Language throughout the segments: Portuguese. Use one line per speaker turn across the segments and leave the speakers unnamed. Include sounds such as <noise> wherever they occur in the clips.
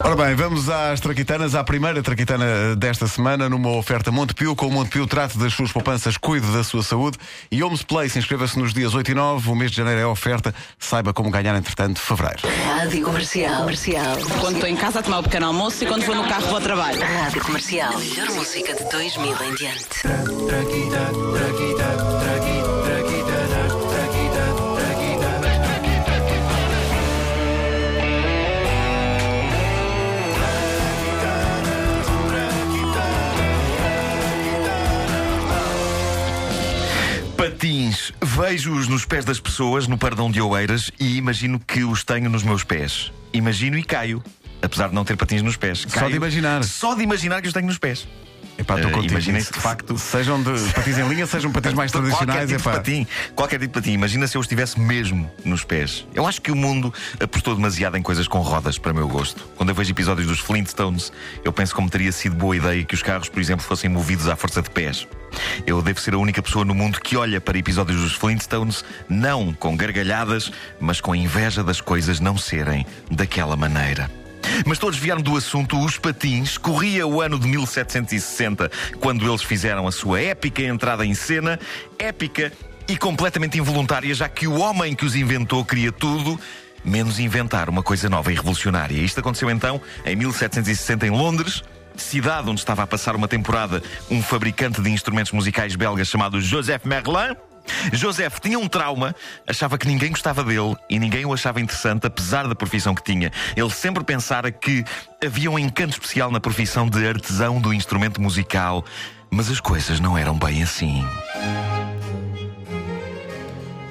Ora bem, vamos às traquitanas, à primeira traquitana desta semana, numa oferta Montepio. Com o Montepio, trate das suas poupanças, cuide da sua saúde. E Homes Place, inscreva-se nos dias 8 e 9, o mês de janeiro é oferta. Saiba como ganhar, entretanto, fevereiro.
Rádio Comercial. Comercial.
Quando estou em casa a tomar o pequeno almoço e quando vou no carro vou ao trabalho.
Rádio Comercial. A melhor música de 2000 em diante.
Patins. Vejo-os nos pés das pessoas no pardão de Oeiras e imagino que os tenho nos meus pés. Imagino e caio. Apesar de não ter patins nos pés. Caio
de imaginar.
Só de imaginar que os tenho nos pés.
Epá, estou
Eh,
contigo.
imaginem-se, de facto-
Sejam
<laughs>
de patins em linha, sejam patins mais
qualquer
tradicionais.
tipo
epá.
de patim. Qualquer tipo de patim. Imagina se eu estivesse mesmo nos pés. Eu acho que o mundo apostou demasiado em coisas com rodas, para o meu gosto. Quando eu vejo episódios dos Flintstones, eu penso como teria sido boa ideia que os carros, por exemplo, fossem movidos à força de pés. Eu devo ser a única pessoa no mundo que olha para episódios dos Flintstones não com gargalhadas, mas com inveja das coisas não serem daquela maneira. Mas estou a desviar-me do assunto. Os patins. Corria o ano de 1760, quando eles fizeram a sua épica entrada em cena. Épica e completamente involuntária, já que o homem que os inventou queria tudo. Menos inventar uma coisa nova e revolucionária. Isto aconteceu então em 1760 em Londres, cidade onde estava a passar uma temporada um fabricante de instrumentos musicais belga chamado Joseph Merlin. Joseph tinha um trauma, achava que ninguém gostava dele e ninguém o achava interessante, apesar da profissão que tinha. Ele sempre pensara que havia um encanto especial na profissão de artesão do instrumento musical, mas as coisas não eram bem assim.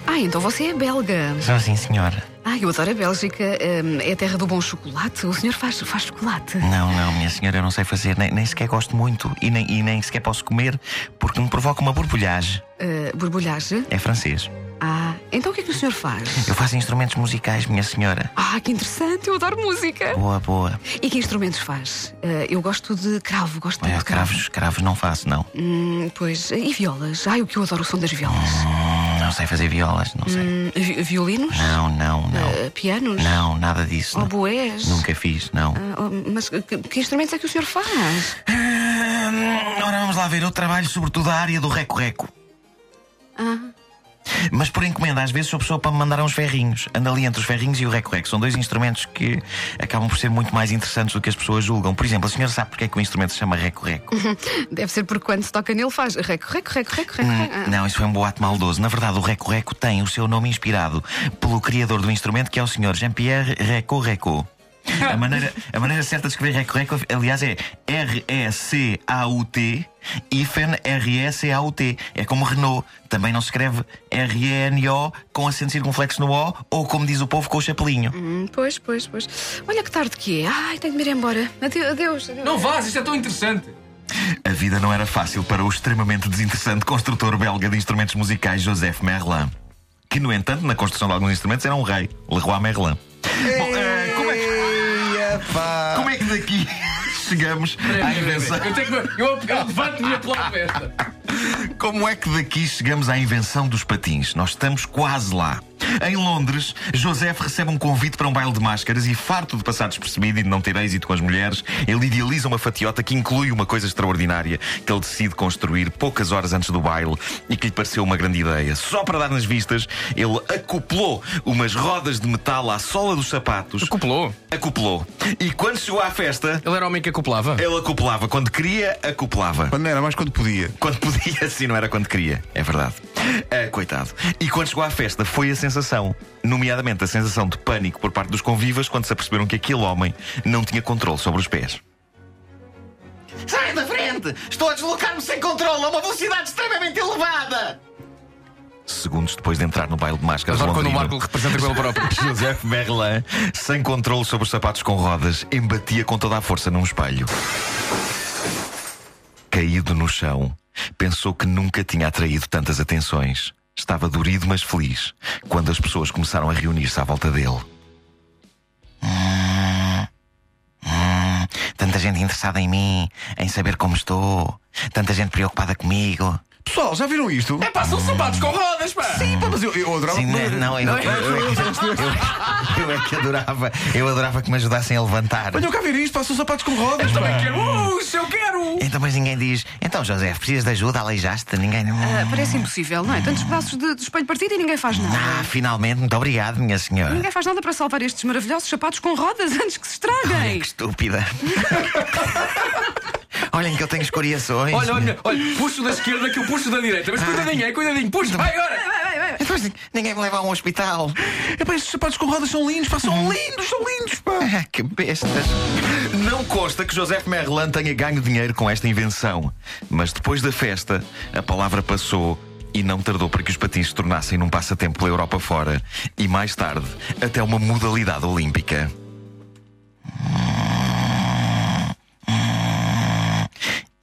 Ah, então você é belga.
São sim, senhora.
Ah, eu adoro a Bélgica. Hum, é a terra do bom chocolate. O senhor faz, faz chocolate.
Não, não, minha senhora, eu não sei fazer, nem, nem sequer gosto muito e nem, e nem sequer posso comer porque me provoca uma borbulhagem.
Ah, borbulhagem.
É francês.
Ah, então o que é que o senhor faz?
Eu faço instrumentos musicais, minha senhora.
Ah, que interessante. Eu adoro música.
Boa, boa.
E que instrumentos faz? Ah, eu gosto de cravo. Gosto
Eh,
de cravo.
Cravos, cravos não faço, não.
Hum, pois. E violas? Ai, o que eu adoro o som das violas.
Não sei fazer violas, não sei.
Hum, vi- violinos?
Não, não, não.
Ah, pianos?
Não, nada disso.
Oh,
não.
Oboés?
Nunca fiz, não.
Ah, oh, mas que, que instrumentos é que o senhor faz?
Hum, Ora, vamos lá ver. Eu trabalho sobretudo a área do reco-reco.
Ah,
Mas por encomenda, às vezes sou pessoa para me mandar uns ferrinhos. Anda ali entre os ferrinhos e o reco-reco. São dois instrumentos que acabam por ser muito mais interessantes do que as pessoas julgam. Por exemplo, a senhora sabe porque é que o instrumento se chama reco-reco?
deve ser porque quando se toca nele faz reco, reco, reco, reco, reco.
Hum,
Ah.
Não, isso foi um boato maldoso. Na verdade, o reco-reco tem o seu nome inspirado pelo criador do instrumento, que é o senhor Jean-Pierre Reco-Reco. A maneira, a maneira certa de escrever reco-reco, aliás, é R-E-C-A-U-T, hífen R-E-C-A-U-T. É como Renault. Também não se escreve R-E-N-O com acento circunflexo no O, ou como diz o povo, com o chapelinho.
Hum, Pois, pois, pois. Olha que tarde que é. Ai, tenho de me ir embora. Adeus, adeus. adeus.
Não vás, isto é tão interessante.
A vida não era fácil para o extremamente desinteressante construtor belga de instrumentos musicais Joseph Merlin, que, no entanto, na construção de alguns instrumentos era um rei, Leroy Merlin. Bom, eh, como, é,
Epá.
como é que daqui <laughs> chegamos à invenção?
é, Eu, tenho que- eu, eu levanto-me e aplaudo esta.
Como é que daqui chegamos à invenção dos patins? Nós estamos quase lá. Em Londres, Joseph recebe um convite para um baile de máscaras e, farto de passar despercebido e de não ter êxito com as mulheres, ele idealiza uma fatiota que inclui uma coisa extraordinária que ele decide construir poucas horas antes do baile e que lhe pareceu uma grande ideia. Só para dar nas vistas, ele acoplou umas rodas de metal à sola dos sapatos.
Acoplou.
Acoplou. E quando chegou à festa,
Ele era o homem que acoplava.
ele acoplava. Quando queria, acoplava.
Quando era mais quando podia.
Quando podia, assim não era quando queria, é verdade. Ah, coitado. E quando chegou à festa, foi a sensação, nomeadamente a sensação de pânico por parte dos convivas quando se aperceberam que aquele homem não tinha controle sobre os pés. Sai da frente! Estou a deslocar-me sem controle a uma velocidade extremamente elevada! Segundos depois de entrar no baile de máscaras,
Adoro quando o
londrino,
Marco representa com ele <laughs> próprio.
Joseph Merlin, sem controle sobre os sapatos com rodas, embatia com toda a força num espelho. Caído no chão, pensou que nunca tinha atraído tantas atenções. Estava dorido, mas feliz, quando as pessoas começaram a reunir-se à volta dele. Hum, Tanta gente interessada em mim, em saber como estou, tanta gente preocupada comigo.
Pessoal, já viram isto?
É pá, são sapatos com rodas, pá!
Sim, pá, mas eu, eu adorava.
Sim,
é,
não, eu, eu, eu, eu- eu é que adorava, eu adorava que me ajudassem a levantar.
Venham cá ver isto, pá, são sapatos com rodas. pá.
Também quero uns, eu quero! um.
Então, mas ninguém diz, então José, precisas de ajuda, aleijaste, ninguém.
Ah, parece impossível, não é? Tantos pedaços de, de espelho partido e ninguém faz nada.
Ah, finalmente, muito obrigado, minha senhora.
Ninguém faz nada para salvar estes maravilhosos sapatos com rodas antes que se
Olha
estraguem.
que estúpida. <laughs> Olhem que eu tenho escoriações.
Olha, olha, olha, puxo da esquerda que eu puxo da direita. Mas cuidadinho, é cuidadinho, puxo, vai agora!
É.
Depois, ninguém me leva a um hospital. Uhum.
Epá, estes É sapatos com rodas são lindos, pá, são lindos, são lindos, pá.
Ah, que bestas.
Não consta que José Merlan tenha ganho dinheiro com esta invenção. Mas depois da festa, a palavra passou e não tardou para que os patins se tornassem num passatempo pela Europa fora e mais tarde até uma modalidade olímpica.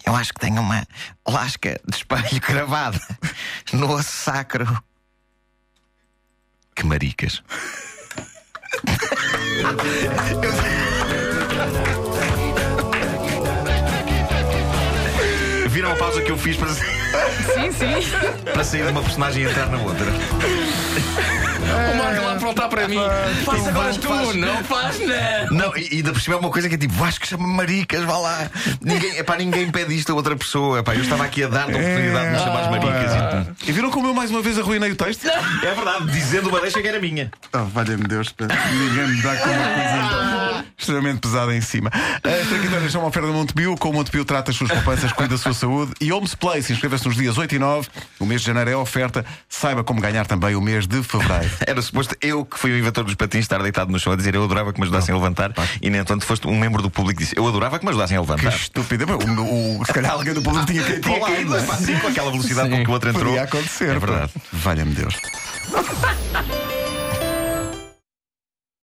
Eu acho que tenho uma lasca de espelho <laughs> cravada no osso sacro.
Que maricas. Viram a pausa que eu fiz para,
Sim, sim.
para sair de uma personagem e entrar na outra?
O Marco lá aprontar para mim. Faz agora tu, não faz, não!
Não, e e ainda por cima é uma coisa que é tipo, Vasco chama maricas, vá lá. Ninguém, epá, ninguém pede isto a outra pessoa. Epá, eu estava aqui a dar-te a oportunidade de me chamar as maricas. e tudo.
E viram como eu mais uma vez arruinei o texto?
É verdade, dizendo uma deixa que era minha.
Oh, valha-me Deus, pá. ninguém me dá com uma coisa extremamente pesada em cima. As traquitanas são uma oferta do Montepio. Com o Montepio trata as suas poupanças, cuida da sua saúde. E Homes Place, inscreva-se nos dias 8 e 9. O mês de janeiro é oferta. Saiba como ganhar também o mês de fevereiro.
Era suposto eu, que fui o inventor dos patins, estar deitado no chão a dizer eu adorava que me ajudassem a levantar. E, no entanto, foste um membro do público que disse eu adorava que me ajudassem
<laughs>
a
Que
levantar.
estúpida. Bem, O, o- se calhar alguém do público tinha caído.
Tinha caído, epá, sim, com aquela velocidade
Sim.
É
com que o outro entrou.
Podia acontecer.
É verdade.
pá. Valha-me Deus.